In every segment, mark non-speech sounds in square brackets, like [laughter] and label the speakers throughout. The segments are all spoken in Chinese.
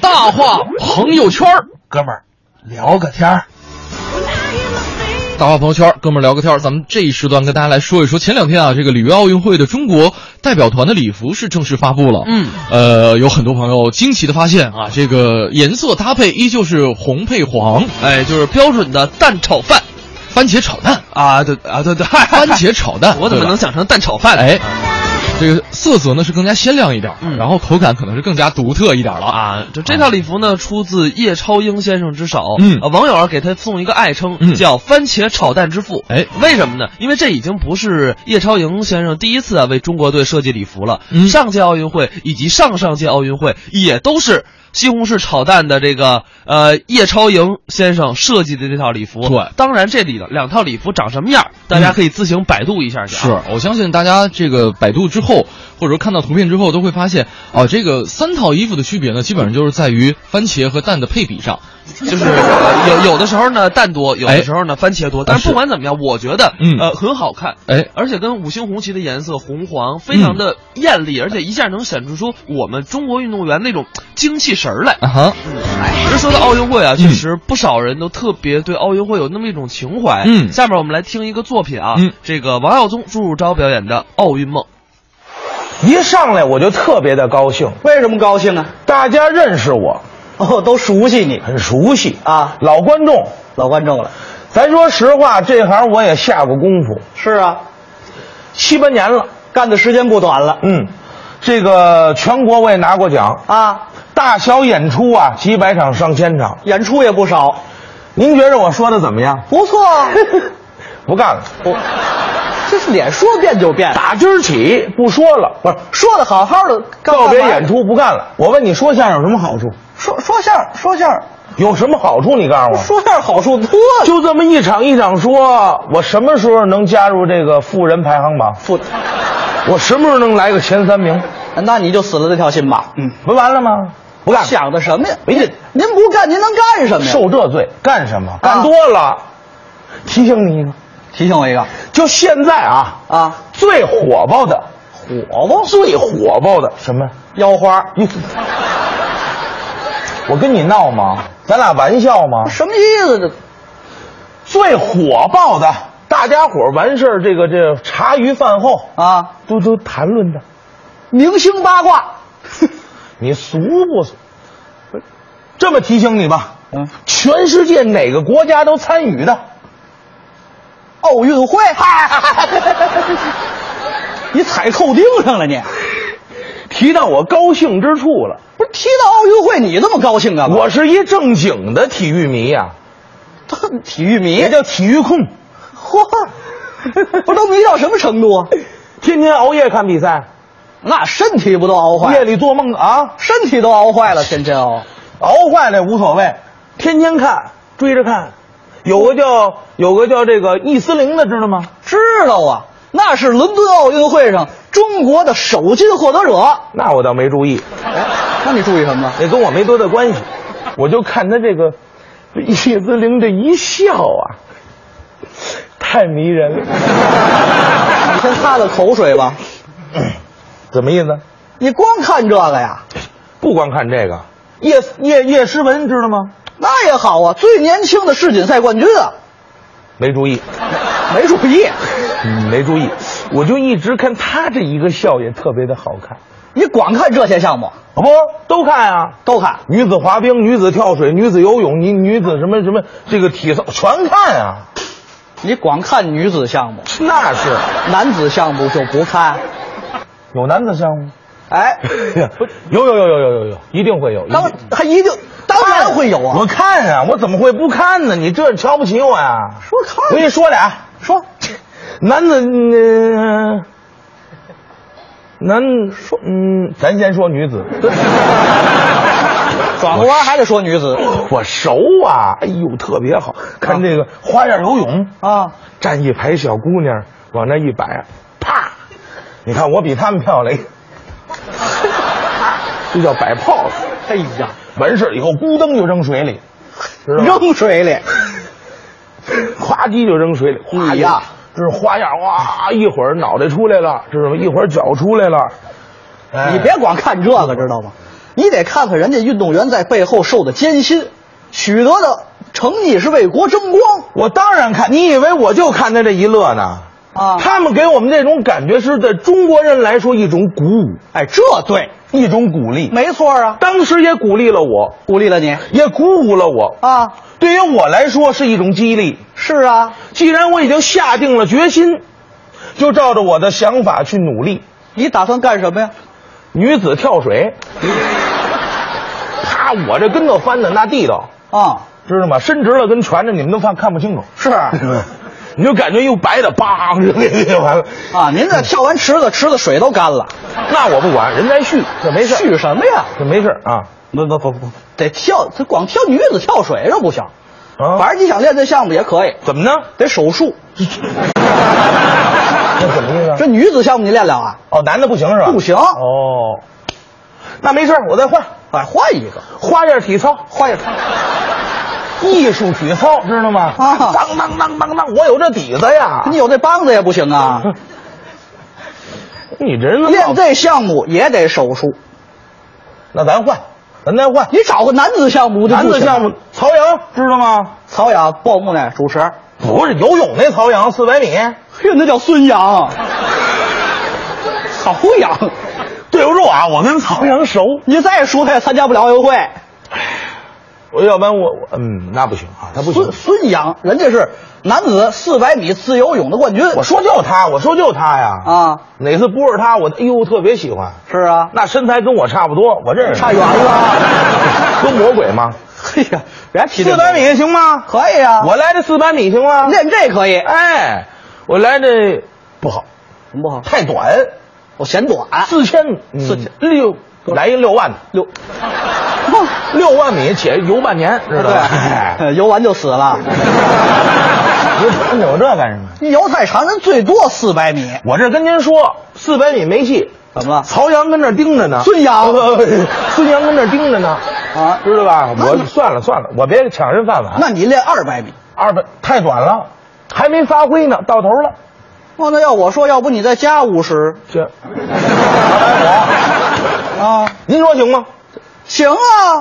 Speaker 1: 大话朋友圈儿，
Speaker 2: 哥们儿，聊个天儿。
Speaker 1: 大话朋友圈儿，哥们儿聊个天儿。咱们这一时段跟大家来说一说，前两天啊，这个里约奥运会的中国代表团的礼服是正式发布了。
Speaker 3: 嗯，
Speaker 1: 呃，有很多朋友惊奇的发现啊，这个颜色搭配依旧是红配黄，
Speaker 3: 哎，就是标准的蛋炒饭
Speaker 1: 番茄炒蛋，
Speaker 3: 啊，对啊，对对， [laughs]
Speaker 1: 番茄炒蛋，
Speaker 3: 我怎么
Speaker 1: 对吧
Speaker 3: 能想成蛋炒饭？
Speaker 1: 哎，这个色泽呢是更加鲜亮一点儿，
Speaker 3: 嗯
Speaker 1: 然后口感可能是更加独特一点儿了。
Speaker 3: 啊，就这套礼服呢，出自叶超英先生之手。
Speaker 1: 嗯
Speaker 3: 呃网友儿给他送一个爱称，
Speaker 1: 嗯
Speaker 3: 叫“番茄炒蛋之父”。
Speaker 1: 哎，
Speaker 3: 为什么呢？因为这已经不是叶超英先生第一次啊为中国队设计礼服了。
Speaker 1: 嗯
Speaker 3: 上届奥运会以及上上届奥运会也都是西红柿炒蛋的这个呃叶超英先生设计的这套礼服。
Speaker 1: 对嗯
Speaker 3: 当然这里的两套礼服长什么样儿，大家可以自行百度一下去、啊。
Speaker 1: 是我相信大家这个百度之后，或者说看到图片之后，都会发现哦，这个三套衣服的区别呢，基本上就是在于番茄和蛋的配比上。
Speaker 3: 就是呃有有的时候呢蛋多，有
Speaker 1: 哎
Speaker 3: 的时候呢番茄多，但
Speaker 1: 啊是
Speaker 3: 是不管怎么样，我觉得
Speaker 1: 嗯
Speaker 3: 呃很好看，
Speaker 1: 哎，
Speaker 3: 而且跟五星红旗的颜色红黄非
Speaker 1: 嗯
Speaker 3: 常的艳丽，而且一下能显示出我们中国运动员那种精气神儿来。
Speaker 1: 啊哈，
Speaker 3: 其实说到奥运会啊，
Speaker 1: 嗯
Speaker 3: 确实不少人都特别对奥运会有那么一种情怀。
Speaker 1: 嗯
Speaker 3: 下面我们来听一个作品啊，
Speaker 1: 嗯
Speaker 3: 这个王耀宗、朱汝钊表演的《奥运梦》。
Speaker 4: 一上来我就特别的高兴，
Speaker 5: 为什么高兴啊？
Speaker 4: 大家认识我，
Speaker 5: 哦，都熟悉你，
Speaker 4: 很熟悉
Speaker 5: 啊
Speaker 4: 老观众。
Speaker 5: 老观众了。
Speaker 4: 咱说实话，这行我也下过功夫，
Speaker 5: 是啊，
Speaker 4: 七八年了。
Speaker 5: 干的时间不短了。
Speaker 4: 嗯，这个全国我也拿过奖，
Speaker 5: 啊，
Speaker 4: 大小演出啊，几百场上千场。
Speaker 5: 演出也不少，
Speaker 4: 您觉着我说的怎么样？
Speaker 5: 不错 [laughs] 啊。
Speaker 4: 不干了，
Speaker 5: 不，这是脸说变就变，
Speaker 4: 打今儿起不说了，不是
Speaker 5: 说的好好的，干
Speaker 4: 告别
Speaker 5: 干嘛
Speaker 4: 演出不干了。我问你说相声有什么好处？
Speaker 5: 说说相声，说相声，
Speaker 4: 有什么好处？你告诉我。
Speaker 5: 说相声好处多了。
Speaker 4: 就这么一场一场说，我什么时候能加入这个富人排行榜？
Speaker 5: [laughs] 不，
Speaker 4: 我什么时候能来个前三名？
Speaker 5: 那你就死了这条心吧。嗯，
Speaker 4: 不完了吗？不干了，
Speaker 5: 想的什么呀？
Speaker 4: 没劲，
Speaker 5: 您不干，您能干什么呀？
Speaker 4: 受这罪干什么？干多了。提醒你一个，
Speaker 5: 提醒我一个
Speaker 4: 就现在啊，
Speaker 5: 啊，
Speaker 4: 最火爆的，火爆最火爆的什么？
Speaker 5: 腰花
Speaker 4: 你，我跟你闹吗？咱俩玩笑吗？
Speaker 5: 什么意思？这
Speaker 4: 最火爆的，大家伙儿完事儿这个这茶余饭后
Speaker 5: 啊，
Speaker 4: 都都谈论的，
Speaker 5: 明星八卦， [laughs]
Speaker 4: 你俗不俗？这么提醒你吧，
Speaker 5: 嗯，
Speaker 4: 全世界哪个国家都参与的，
Speaker 5: 奥
Speaker 4: [laughs]
Speaker 5: 运会，你踩扣钉上了你，
Speaker 4: 提到我高兴之处了。
Speaker 5: 不是提到奥运会你这么高兴啊干嘛？
Speaker 4: 我是一正经的体育迷呀、
Speaker 5: 他 [laughs] 体育迷
Speaker 4: 也，叫体育控， [laughs]
Speaker 5: 嚯，不都迷到什么程度啊？
Speaker 4: 天天熬夜看比赛，
Speaker 5: 那身体不都熬坏
Speaker 4: 夜
Speaker 5: 了？
Speaker 4: 里做梦啊，
Speaker 5: 身体都熬坏
Speaker 4: [laughs]
Speaker 5: 了，天哦天熬。
Speaker 4: 熬坏了也无所谓，天天看，追着看。有个叫有个叫这个易思玲的，知道吗？
Speaker 5: 知道啊，那是伦敦奥运会上中国的首金获得者。
Speaker 4: 那我倒没注意，
Speaker 5: 哎，那你注意
Speaker 4: [laughs]
Speaker 5: 什么？
Speaker 4: 也跟我没多大关系。我就看他这个 [laughs] 易思玲这一笑啊，太迷人了。
Speaker 5: 你先擦擦口水吧。
Speaker 4: 怎么意思？
Speaker 5: 你光看这个呀？
Speaker 4: 不光看这个，叶叶叶诗文知道吗？
Speaker 5: 那也好啊，最年轻的世锦赛冠军啊，
Speaker 4: 没注意，
Speaker 5: 没注意。
Speaker 4: 嗯没注意，我就一直看他这一个笑也特别的好看，
Speaker 5: 你光看这些项目
Speaker 4: 不都看啊？
Speaker 5: 都看，
Speaker 4: 女子滑冰、女子跳水、女子游泳、女女子什么什么这个体操全看啊，
Speaker 5: 你光看女子项目，
Speaker 4: 那是
Speaker 5: 男子项目就不看。
Speaker 4: 有男子项目，
Speaker 5: 哎，
Speaker 4: 有有有有有有有，一定会有。
Speaker 5: 当
Speaker 4: 一定
Speaker 5: 还一定当然会有啊。
Speaker 4: 我看啊，我怎么会不看呢？你这瞧不起我呀、
Speaker 5: 说看
Speaker 4: 我跟你说俩，
Speaker 5: 说
Speaker 4: 男子，嗯、男说，嗯，咱先说女子。
Speaker 5: 转过弯还得说女子
Speaker 4: 我熟啊，哎呦，特别好看这个花样游泳，
Speaker 5: 啊，
Speaker 4: 站一排小姑娘往那一摆，啪！你看我比她们漂亮，这叫摆 pose。
Speaker 5: 哎呀，
Speaker 4: 完事儿以后，咕噔就扔水里，知道吗？
Speaker 5: 扔水里，
Speaker 4: [laughs] 咵叽就扔水里，哗
Speaker 5: 你呀，
Speaker 4: 这是花样哇！一会儿脑袋出来了，知道吗？一会儿脚出来了，哎
Speaker 5: 你别光看这个，知道吗？你得看看人家运动员在背后受的艰辛，取得的成绩是为国争光
Speaker 4: 我当然看，你以为我就看他这一乐呢？
Speaker 5: 啊。
Speaker 4: 他们给我们这种感觉是对中国人来说一种鼓舞，
Speaker 5: 哎，这对，
Speaker 4: 一种鼓励。
Speaker 5: 没错啊，
Speaker 4: 当时也鼓励了我，
Speaker 5: 鼓励了你
Speaker 4: 也鼓舞了我。
Speaker 5: 啊。
Speaker 4: 对于我来说是一种激励。
Speaker 5: 是啊，
Speaker 4: 既然我已经下定了决心，就照着我的想法去努力。
Speaker 5: 你打算干什么呀？
Speaker 4: 女子跳
Speaker 5: [laughs]
Speaker 4: 水，啪，我这跟头翻的那地道，
Speaker 5: 啊，
Speaker 4: 知道吗？伸直了跟蜷着，你们都看看不清楚。
Speaker 5: 是
Speaker 4: [laughs] 你就感觉又白的，梆就给给完了。
Speaker 5: 啊，您这跳完池子，池子水都干了，
Speaker 4: 那我不管，人再续，这没事。
Speaker 5: 续什么呀？
Speaker 4: 这没事啊。
Speaker 5: 不不不不，得跳，这光跳女子跳水这不行，
Speaker 4: 啊
Speaker 5: 反正你想练这项目也可以，
Speaker 4: [laughs] 怎么呢？
Speaker 5: 得手术。
Speaker 4: 这什么意思啊？
Speaker 5: 这女子项目你练了啊？
Speaker 4: 哦，男的不行是吧？
Speaker 5: 不行
Speaker 4: 哦，那没事儿，我再换
Speaker 5: 哎，换一个，
Speaker 4: 花样体操，
Speaker 5: 换一个，
Speaker 4: 艺术体操，知道吗？
Speaker 5: 啊
Speaker 4: 当当当当当，我有这底子呀！
Speaker 5: 你有这梆子也不行啊。
Speaker 4: 你这人怎么
Speaker 5: 练这项目也得手术，
Speaker 4: 那咱换，咱再换
Speaker 5: 你找个男子项目就
Speaker 4: 男
Speaker 5: 不
Speaker 4: 子
Speaker 5: 行
Speaker 4: 项目，曹阳知道吗？
Speaker 5: 曹雅报幕那主
Speaker 4: [laughs]
Speaker 5: 持人，
Speaker 4: 不是游泳那曹阳，四百米，
Speaker 5: 嘿，那叫孙杨， [laughs] 曹阳，
Speaker 4: 对不住啊，我跟
Speaker 5: [laughs]
Speaker 4: 曹阳熟，
Speaker 5: 你再说他也参加不了奥运会。
Speaker 4: 我要不然我我嗯，那不行啊，他不行
Speaker 5: 孙。孙杨，人家是男子四百米自由泳的冠军。
Speaker 4: 我说就他，我说就他呀！
Speaker 5: 啊，
Speaker 4: 哪次不是他，我哎呦特别喜欢。
Speaker 5: 是啊，
Speaker 4: 那身材跟我差不多，我认识他
Speaker 5: 差远了。
Speaker 4: [laughs] 跟魔鬼吗？
Speaker 5: 嘿呀，别提这
Speaker 4: 四百米行吗？
Speaker 5: 可以啊，
Speaker 4: 我来这四百米行吗？
Speaker 5: 练这可以，
Speaker 4: 哎，我来这不好，
Speaker 5: 怎么不好？
Speaker 4: 太短，
Speaker 5: 我嫌短，
Speaker 4: 四千
Speaker 5: 四千
Speaker 4: 六，来一六万的，
Speaker 5: 六，
Speaker 4: [laughs] 六万米且游半年，知道吧？哎
Speaker 5: 对，游完就
Speaker 4: [laughs]
Speaker 5: 死了。
Speaker 4: 你看着我这干什么？
Speaker 5: 你游太长，人最多四百米，
Speaker 4: 我这跟您说，四百米没戏。
Speaker 5: 怎么了
Speaker 4: 曹阳跟这儿盯着呢，
Speaker 5: 孙杨
Speaker 4: 呃 [laughs] 孙杨跟这儿盯着呢，
Speaker 5: 啊
Speaker 4: 知道吧？
Speaker 5: 那
Speaker 4: 我
Speaker 5: 你
Speaker 4: 算了算了，我别抢人饭碗。
Speaker 5: 那你练二百米。
Speaker 4: 二百太短了，还没发挥呢，到头了。
Speaker 5: 哦，那要我说，要不你再加
Speaker 4: [laughs]
Speaker 5: 五十
Speaker 4: 这，
Speaker 5: 啊？
Speaker 4: 您说行吗？
Speaker 5: 行啊，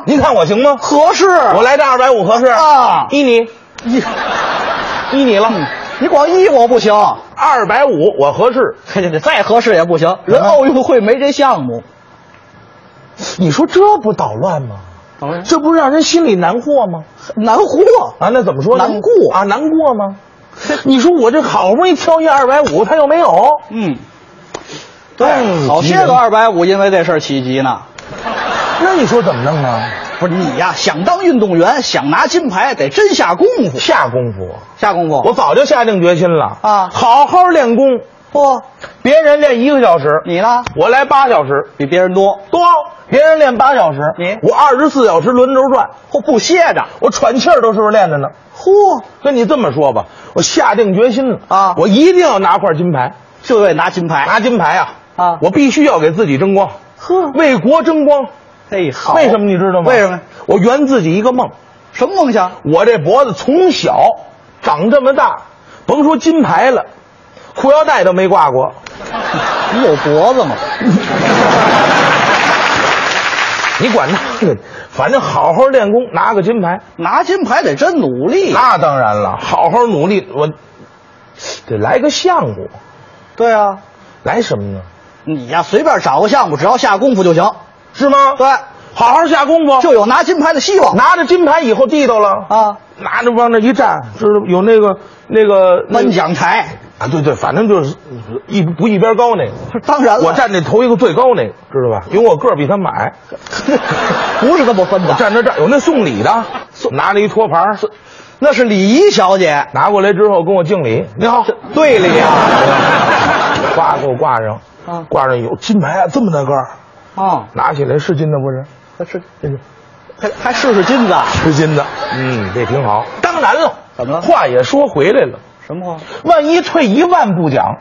Speaker 4: 您看我行吗？
Speaker 5: 合适。
Speaker 4: 我来这二百五合适
Speaker 5: 啊
Speaker 4: 依你，
Speaker 5: 一，嗯
Speaker 4: 依你了。
Speaker 5: 你光一我不行，
Speaker 4: 二百五我合适。
Speaker 5: 嘿这这再合适也不行。人
Speaker 4: 啊
Speaker 5: 奥运会没这项目，
Speaker 4: 你说这不捣乱吗？这不是让人心里难过吗？
Speaker 5: 难活
Speaker 4: 啊，那怎么说呢？
Speaker 5: 难过
Speaker 4: 啊，难过吗？你说我这好不容易挑一二百五，他又没有，
Speaker 5: 嗯，
Speaker 4: 哎
Speaker 5: 对，好些
Speaker 4: 急人
Speaker 5: 个二百五因为这事儿起急呢。
Speaker 4: 那你说怎么弄啊呢？
Speaker 5: 不是你呀，想当运动员，想拿金牌，得真下功夫，
Speaker 4: 下功夫，
Speaker 5: 下功夫。
Speaker 4: 我早就下定决心了
Speaker 5: 啊
Speaker 4: 好好练功。
Speaker 5: 不，
Speaker 4: 别人练一个小时，
Speaker 5: 你呢？
Speaker 4: 我来八小时，
Speaker 5: 比别人多，
Speaker 4: 多，别人练八小时，
Speaker 5: 你
Speaker 4: 我二十四小时轮轴转，
Speaker 5: 嚯，不歇着，
Speaker 4: 我喘气儿都是不是练着呢？
Speaker 5: 嚯，
Speaker 4: 跟你这么说吧，我下定决心了
Speaker 5: 啊
Speaker 4: 我一定要拿块金牌，
Speaker 5: 就为拿金牌。
Speaker 4: 拿金牌啊！
Speaker 5: 啊
Speaker 4: 我必须要给自己争光，
Speaker 5: 呵
Speaker 4: 为国争光。
Speaker 5: 嘿，好。
Speaker 4: 为什么你知道吗？
Speaker 5: 为什么？？
Speaker 4: 我圆自己一个梦，
Speaker 5: 什么梦想？
Speaker 4: 我这脖子从小长这么大，甭说金牌了，裤腰带都没挂过。
Speaker 5: 你有脖子吗？ [laughs]
Speaker 4: 你管那个，反正好好练功，拿个金牌。
Speaker 5: 拿金牌得真努力。
Speaker 4: 那当然了，好好努力，我得来个项目，
Speaker 5: 对啊，
Speaker 4: 来什么呢？
Speaker 5: 你呀随便找个项目，只要下功夫就行，
Speaker 4: 是吗？
Speaker 5: 对，
Speaker 4: 好好下功夫，
Speaker 5: 就有拿金牌的希望。
Speaker 4: 拿着金牌以后地道了
Speaker 5: 啊，
Speaker 4: 拿着往那一站，知道有那个那个那个
Speaker 5: 颁奖台， [laughs]
Speaker 4: 啊，对对，反正就是一不一边高那个。
Speaker 5: 当然了，
Speaker 4: 我站那头一个最高那个，知道吧？因为我个儿比他们矮。
Speaker 5: 不是这么分
Speaker 4: 我
Speaker 5: 的，
Speaker 4: 站那站，有那送礼的，拿着一托盘儿，
Speaker 5: 那是礼仪小姐。
Speaker 4: 拿过来之后跟我敬礼，你好，
Speaker 5: 对了呀， [laughs]
Speaker 4: 挂给我挂上，
Speaker 5: 啊
Speaker 4: 挂上有金牌啊，这么大个儿，
Speaker 5: 啊，
Speaker 4: 拿起来是金的不是？
Speaker 5: 是，还还试试金子啊？
Speaker 4: 是金的，嗯，这挺好。当然了，
Speaker 5: 怎么了
Speaker 4: 话也说回来了，
Speaker 5: 什么话？
Speaker 4: 万一退一万步讲，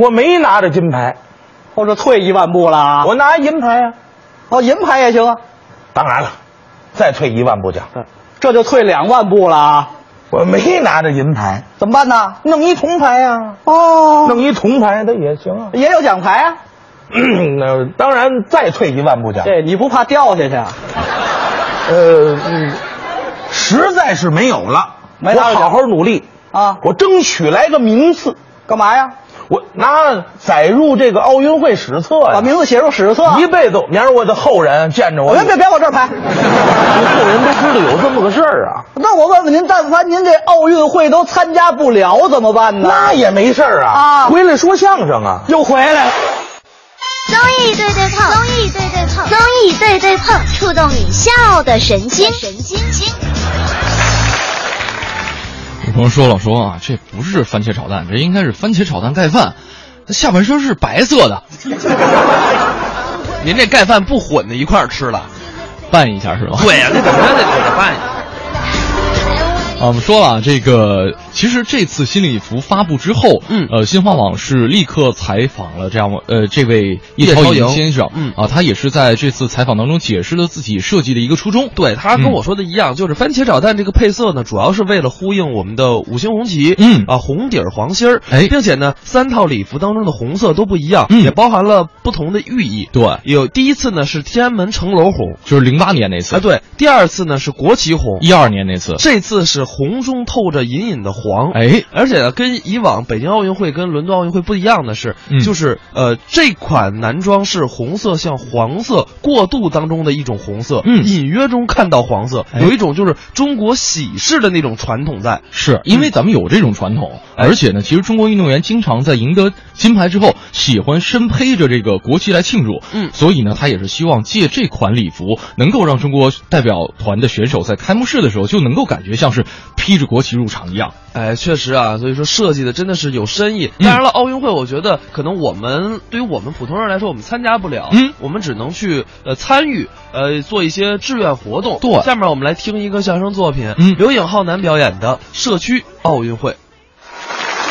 Speaker 4: 我没拿着金牌，
Speaker 5: 或者退一万步了啊？
Speaker 4: 我拿银牌啊。
Speaker 5: 哦，银牌也行啊，
Speaker 4: 当然了，再退一万步讲，
Speaker 5: 嗯这就退两万步了啊？
Speaker 4: 我没拿着银牌，
Speaker 5: 怎么办呢？
Speaker 4: 弄一铜牌啊，
Speaker 5: 哦，
Speaker 4: 弄一铜牌的也行啊。嗯
Speaker 5: 也有奖牌啊？
Speaker 4: 那当然，再退一万步讲，
Speaker 5: 这你不怕掉下去啊？
Speaker 4: 呃，嗯实在是没有了，
Speaker 5: 没
Speaker 4: 我
Speaker 5: 大不了
Speaker 4: 好好努力
Speaker 5: 啊
Speaker 4: 我争取来个名次，
Speaker 5: 干嘛呀？
Speaker 4: 我拿载入这个奥运会史册呀
Speaker 5: 把名字写入史册啊。
Speaker 4: 一辈子，明儿我的后人见着我，
Speaker 5: 别别别往这儿拍！
Speaker 4: 后人都知道有这么个事儿啊，
Speaker 5: [laughs] 那我问问您，但凡您这奥运会都参加不了怎么办呢？
Speaker 4: 那也没事儿啊，
Speaker 5: 啊
Speaker 4: 回来说相声啊，
Speaker 5: 又回来了。
Speaker 6: 综艺对对碰，综艺对对碰，综艺对对碰，触动你笑的神经，神经经。
Speaker 1: 有朋友说了说啊，这不是番茄炒蛋，这应该是番茄炒蛋盖饭，它下半身是白色的，
Speaker 3: [laughs] 您这盖饭不混在一块儿吃了？
Speaker 1: 拌一下是吧？
Speaker 3: 对呀、那怎么着得给他拌一下。
Speaker 1: 啊，我们说了啊，这个其实这次新礼服发布之后，
Speaker 3: 嗯
Speaker 1: 呃，新华网是立刻采访了这样呃这位
Speaker 3: 叶
Speaker 1: 叶
Speaker 3: 超
Speaker 1: 超
Speaker 3: 莹
Speaker 1: 莹先生，
Speaker 3: 嗯
Speaker 1: 啊，他也是在这次采访当中解释了自己设计的一个初衷，
Speaker 3: 对他跟我说的一样，就是番茄炒蛋这个配色呢，主要是为了呼应我们的五星红旗，
Speaker 1: 嗯
Speaker 3: 啊，红底儿黄心儿，
Speaker 1: 哎
Speaker 3: 并且呢，三套礼服当中的红色都不一样，
Speaker 1: 嗯
Speaker 3: 也包含了不同的寓意。
Speaker 1: 对
Speaker 3: 有第一次呢是天安门城楼红，
Speaker 1: 就是零八年那次，
Speaker 3: 啊，对，第二次呢是国旗红，
Speaker 1: 一二年那次，
Speaker 3: 这次是红中透着隐隐的黄，
Speaker 1: 哎，
Speaker 3: 而且呢，跟以往北京奥运会跟伦敦奥运会不一样的是，
Speaker 1: 嗯
Speaker 3: 就是呃，这款男装是红色向黄色过渡当中的一种红色，
Speaker 1: 嗯
Speaker 3: 隐约中看到黄色，
Speaker 1: 哎
Speaker 3: 有一种就是中国喜事的那种传统在。
Speaker 1: 是因为咱们有这种传统，
Speaker 3: 哎
Speaker 1: 而且呢，其实中国运动员经常在赢得金牌之后，喜欢身披着这个国旗来庆祝。
Speaker 3: 嗯
Speaker 1: 所以呢，他也是希望借这款礼服，能够让中国代表团的选手在开幕式的时候就能够感觉像是披着国旗入场一样。
Speaker 3: 哎，确实啊，所以说设计的真的是有深意。
Speaker 1: 嗯
Speaker 3: 当然了，奥运会我觉得可能我们对于我们普通人来说，我们参加不了，
Speaker 1: 嗯
Speaker 3: 我们只能去呃参与，呃做一些志愿活动。
Speaker 1: 对
Speaker 3: 下面我们来听一个相声作品，
Speaker 1: 嗯
Speaker 3: 刘颖浩南表演的《社区奥运会》。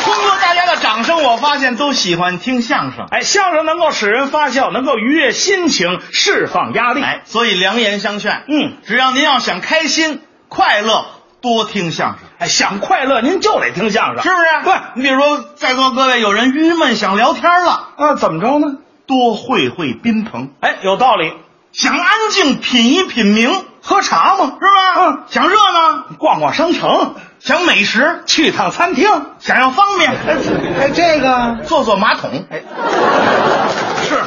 Speaker 7: 通过大家的掌声，我发现都喜欢听相声。
Speaker 8: 哎，相声能够使人发笑，能够愉悦心情，释放压力。
Speaker 7: 哎，所以良言相劝，
Speaker 8: 嗯，
Speaker 7: 只要您要想开心快乐，多听相声，
Speaker 8: 哎，想快乐您就得听相声，
Speaker 7: 是不是？
Speaker 8: 对，
Speaker 7: 你比如说，在座各位有人郁闷想聊天了，
Speaker 8: 那、啊怎么着呢？
Speaker 7: 多会会宾朋；
Speaker 8: 哎，有道理，
Speaker 7: 想安静品一品茗，喝茶嘛，是吧？
Speaker 8: 嗯，
Speaker 7: 想热闹，
Speaker 8: 逛逛商城，
Speaker 7: 想美食，
Speaker 8: 去趟餐厅。
Speaker 7: 想要方便，
Speaker 8: 哎， [laughs] 哎这个
Speaker 7: 坐坐马桶，
Speaker 8: 哎
Speaker 7: 是。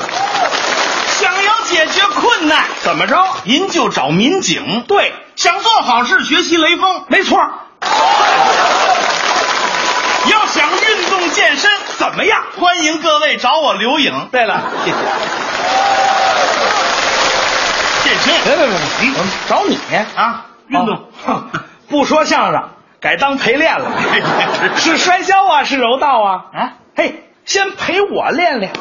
Speaker 7: 想要解决困难，
Speaker 8: 怎么着？
Speaker 7: 您就找民警。
Speaker 8: 对，
Speaker 7: 想做好事，学习雷锋；
Speaker 8: 没错儿，
Speaker 7: 要想运动健身，
Speaker 8: 怎么样？
Speaker 7: 欢迎各位找我刘颖。
Speaker 8: 对了，别
Speaker 7: 健身
Speaker 8: 别别别，我们找你
Speaker 7: 啊，运动。
Speaker 8: 哦不说相声，改当陪练了，是摔跤啊，是柔道啊，
Speaker 7: 啊，
Speaker 8: 嘿，先陪我练练。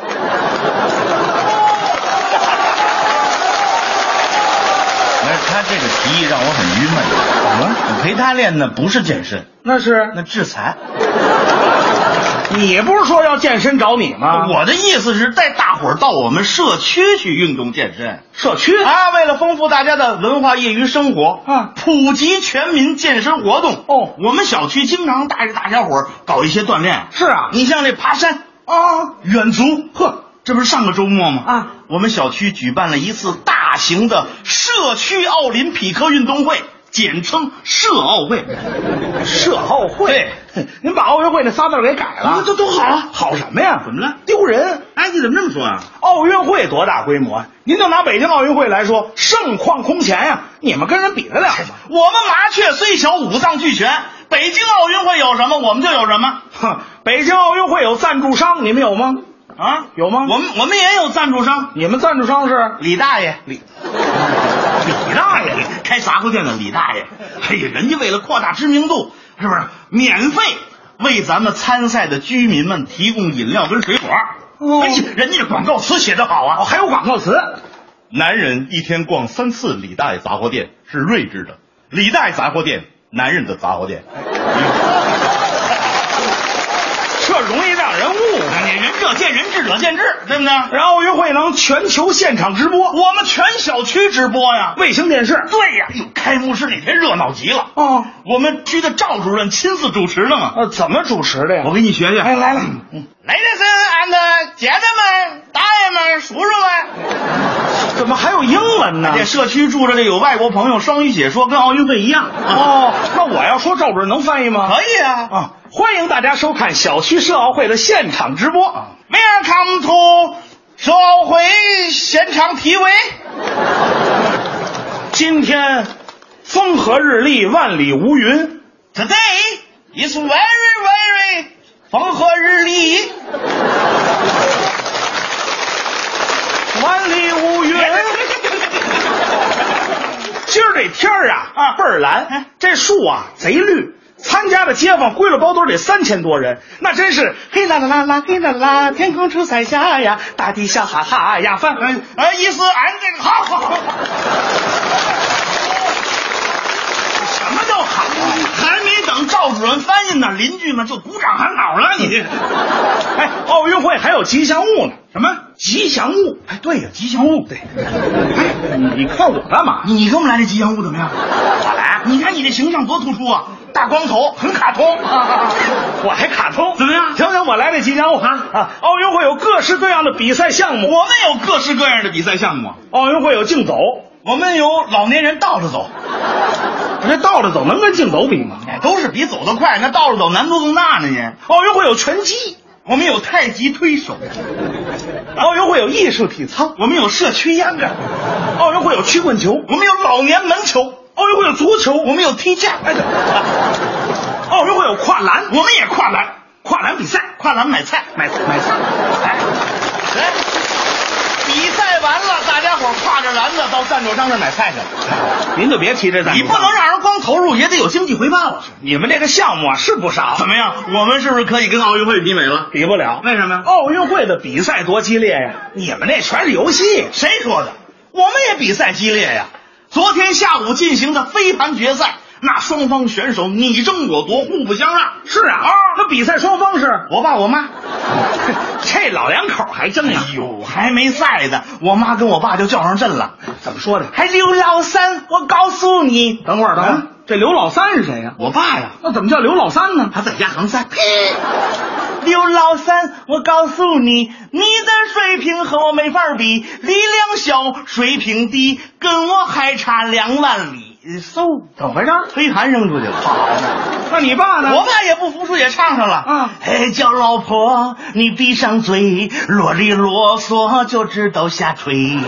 Speaker 7: 那他这个提议让我很郁闷。怎么了？陪他练的不是健身，
Speaker 8: 那是
Speaker 7: 那制裁。
Speaker 8: 你不是说要健身找你吗？
Speaker 7: 我的意思是带大伙儿到我们社区去运动健身
Speaker 8: 社区
Speaker 7: 啊，为了丰富大家的文化业余生活
Speaker 8: 啊
Speaker 7: 普及全民健身活动。
Speaker 8: 哦
Speaker 7: 我们小区经常带着大家伙儿搞一些锻炼。
Speaker 8: 是啊
Speaker 7: 你像这爬山
Speaker 8: 啊，
Speaker 7: 远足，呵，这不是上个周末吗？
Speaker 8: 啊，
Speaker 7: 我们小区举办了一次大型的社区奥林匹克运动会，简称社奥会。
Speaker 8: 社奥会，您把奥运会那仨字儿给改了，
Speaker 7: 这都好啊
Speaker 8: 好什么呀？
Speaker 7: 怎么了
Speaker 8: 丢人！
Speaker 7: 哎，你怎么这么说啊？
Speaker 8: 奥运会多大规模啊？您就拿北京奥运会来说，盛况空前呀、你们跟人比得了吗？
Speaker 7: 我们麻雀虽小，五脏俱全。北京奥运会有什么，我们就有什么
Speaker 8: 哼，北京奥运会有赞助商，你们有吗？
Speaker 7: 啊？
Speaker 8: 有吗
Speaker 7: 我们我们也有赞助商，
Speaker 8: 你们赞助商是
Speaker 7: 李大爷，李李大爷开杂货店的李大爷，哎呀，人家为了扩大知名度，是不是免费为咱们参赛的居民们提供饮料跟水果？
Speaker 8: 哦
Speaker 7: 哎呀，人家广告词写得好啊！
Speaker 8: 哦，还有广告词，
Speaker 7: 男人一天逛三次李大爷杂货店是睿智的，李大爷杂货店，男人的杂货店。
Speaker 8: 这容易让人误会。
Speaker 7: 你仁者见仁，智者见智，对不对？
Speaker 8: 然后奥运会能全球现场直播，
Speaker 7: 我们全小区直播呀。
Speaker 8: 卫星电视。
Speaker 7: 对呀，哟，开幕式那天热闹极了。
Speaker 8: 哦，
Speaker 7: 我们区的赵主任亲自主持呢嘛。
Speaker 8: 呃，怎么主持的呀？
Speaker 7: 我给你学嗯学。
Speaker 8: 哎，来了，
Speaker 7: ，Ladies and 姐姐们、大爷们、叔叔们，
Speaker 8: 怎么还有英文呢？
Speaker 7: 这社区住着这有外国朋友，双语解说跟奥运会一样。
Speaker 8: 哦，那我要说赵主任能翻译吗？
Speaker 7: 可以啊。
Speaker 8: 啊，欢迎大家收看小区社奥会的现场直播。
Speaker 7: Welcome to 社会现场 TV。
Speaker 8: 今天风和日丽，万里无云。
Speaker 7: Today is very very 风和日丽。
Speaker 8: 万里无云。 [laughs] 今儿这天儿啊，
Speaker 7: 啊
Speaker 8: 倍儿蓝
Speaker 7: 哎，
Speaker 8: 这树啊贼绿。参加的街坊归了包堆儿得三千多人，那真是嘿啦啦啦啦嘿啦啦啦，天空出彩霞呀，大地笑哈哈呀，翻翻
Speaker 7: 呃，意思俺这个好好好。什么叫喊？还没等赵主任翻译呢，邻居们就鼓掌喊好了。你这
Speaker 8: 哎，奥运会还有吉祥物呢。
Speaker 7: 什么
Speaker 8: 吉祥物？哎，对呀，吉祥物。对，哎，你看我干嘛？
Speaker 7: 你你给我们来这吉祥物怎么样？
Speaker 8: 我来，
Speaker 7: 你看你这形象多突出啊，大光头，很卡通。
Speaker 8: [laughs] 我还卡通，
Speaker 7: 怎么样
Speaker 8: 行行，我来这吉祥物啊啊！奥运会有各式各样的比赛项目，
Speaker 7: 我们有各式各样的比赛项目，
Speaker 8: 奥运会有竞走，
Speaker 7: 我们有老年人倒着走，
Speaker 8: 这倒着走能跟竞走比吗？
Speaker 7: 哎，都是比走得快，那倒着走难度更大呢。你，哦
Speaker 8: 奥运会有拳击，
Speaker 7: 我们有太极推手，哦
Speaker 8: 奥运会有艺术体操，
Speaker 7: 我们有社区秧歌，
Speaker 8: 奥运会有曲棍球，
Speaker 7: 我哦们有老年门球，
Speaker 8: 奥运会有足球，
Speaker 7: 我们有踢毽。 [laughs] 哦
Speaker 8: 哎，对奥运会有跨栏，
Speaker 7: 我们也跨栏，跨栏比赛，跨栏买菜，买菜买菜。哎，哎，比赛完了，大家伙挎着篮子到赞助商那儿买菜去了。哎
Speaker 8: 您就别提这赞助
Speaker 7: 你
Speaker 8: 商
Speaker 7: 不能让人光投入，也得有经济回报啊。
Speaker 8: 你们这个项目啊是不少，
Speaker 7: 怎么样？我们是不是可以跟奥运会媲美了？
Speaker 8: 比不了。
Speaker 7: 为什么呀
Speaker 8: 奥运会的比赛多激烈呀、你们那全是游戏。
Speaker 7: 谁说的？我们也比赛激烈呀。昨天下午进行的飞盘决赛，那双方选手你争我夺，互不相让。
Speaker 8: 是啊，啊，那比赛双方是
Speaker 7: 我爸我妈，
Speaker 8: [laughs] 这老两口还争啊呢。
Speaker 7: 哎呦，还没赛呢，我妈跟我爸就较上阵了。
Speaker 8: 怎么说的？
Speaker 7: 还刘老三，我告诉你，等会儿
Speaker 8: 啊，这刘老三是谁呀、
Speaker 7: 我爸呀，
Speaker 8: 那怎么叫刘老三呢？
Speaker 7: 他在压行山。刘老三，我告诉你，你的水平和我没法比，力量小，水平低，跟我还差两万里。嗖、
Speaker 8: 怎么回事？
Speaker 7: 飞盘扔出去了。
Speaker 8: 那你爸呢？
Speaker 7: 我爸也不服输，也唱上了。
Speaker 8: 啊
Speaker 7: 哎，叫老婆，你闭上嘴，啰里啰嗦就知道下垂。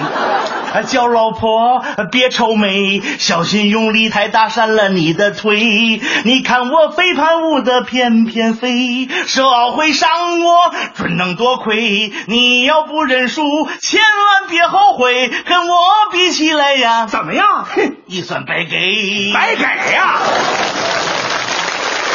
Speaker 7: 啊，叫老婆，别愁眉，小心用力太大扇了你的腿。你看我飞盘舞的翩翩飞，手奥会上我准能多亏。你要不认输，千万别后悔，跟我比起来呀，
Speaker 8: 怎么样？
Speaker 7: 一算白给。
Speaker 8: 白给呀、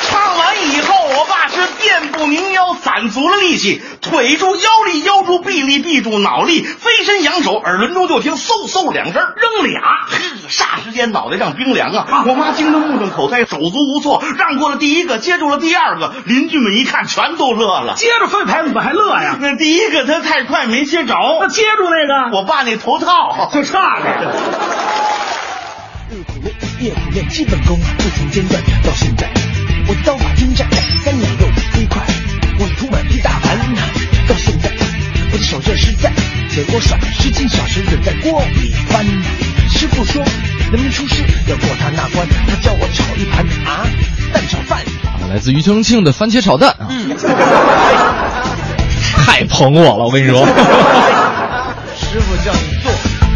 Speaker 7: 唱完以后，我爸是遍布凝腰，攒足了力气，腿住腰力，腰住臂力，臂住脑力，飞身扬手，耳轮中就听嗖嗖两声，扔俩，呵，霎时间脑袋上冰凉啊！我妈惊得目瞪口呆，手足无措，让过了第一个，接住了第二个，邻居们一看，全都乐了。
Speaker 8: 接着翻牌怎么还乐呀？
Speaker 7: 那第一个他太快没接着，
Speaker 8: 那接住那个，
Speaker 7: 我爸那头套。
Speaker 8: 就差
Speaker 7: [laughs]
Speaker 8: 了。
Speaker 9: 日苦练，夜苦练，基本功不曾间断。到现在，我刀法精湛，三两肉飞快，我突满地大盘。到现在，我的手劲儿实在，铁锅涮十斤小石子在锅里翻。师傅说，能人出师要过他那关，他教我炒一盘啊蛋炒饭。
Speaker 1: 来自庾澄庆的番茄炒蛋啊，
Speaker 9: 嗯
Speaker 1: [laughs] 太捧我了，我跟你说。
Speaker 9: [laughs] 师傅叫你做，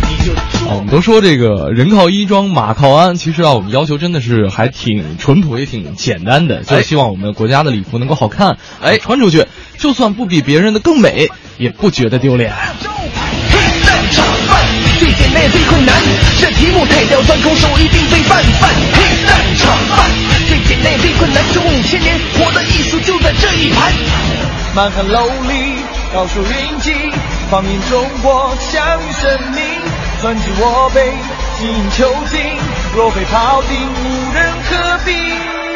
Speaker 9: 你就
Speaker 1: 啊，我
Speaker 9: 做
Speaker 1: 们。都说这个人靠衣装，马靠鞍，其实啊，我们要求真的是还挺淳朴，也挺简单的，
Speaker 9: 哎
Speaker 1: 就是希望我们国家的礼服能够好看，哎，穿出去，就算不比别人的更美，也不觉得丢脸。
Speaker 9: 蛋炒饭最简单也最困难，这题目太刁钻，空手一定被拌饭。嘿，蛋炒饭最简单也最困难，这五千年我的艺术就在这一盘。满汉楼里高手云集，放眼中国享誉盛名，专注我辈，精益求精，若非庖丁无人可比。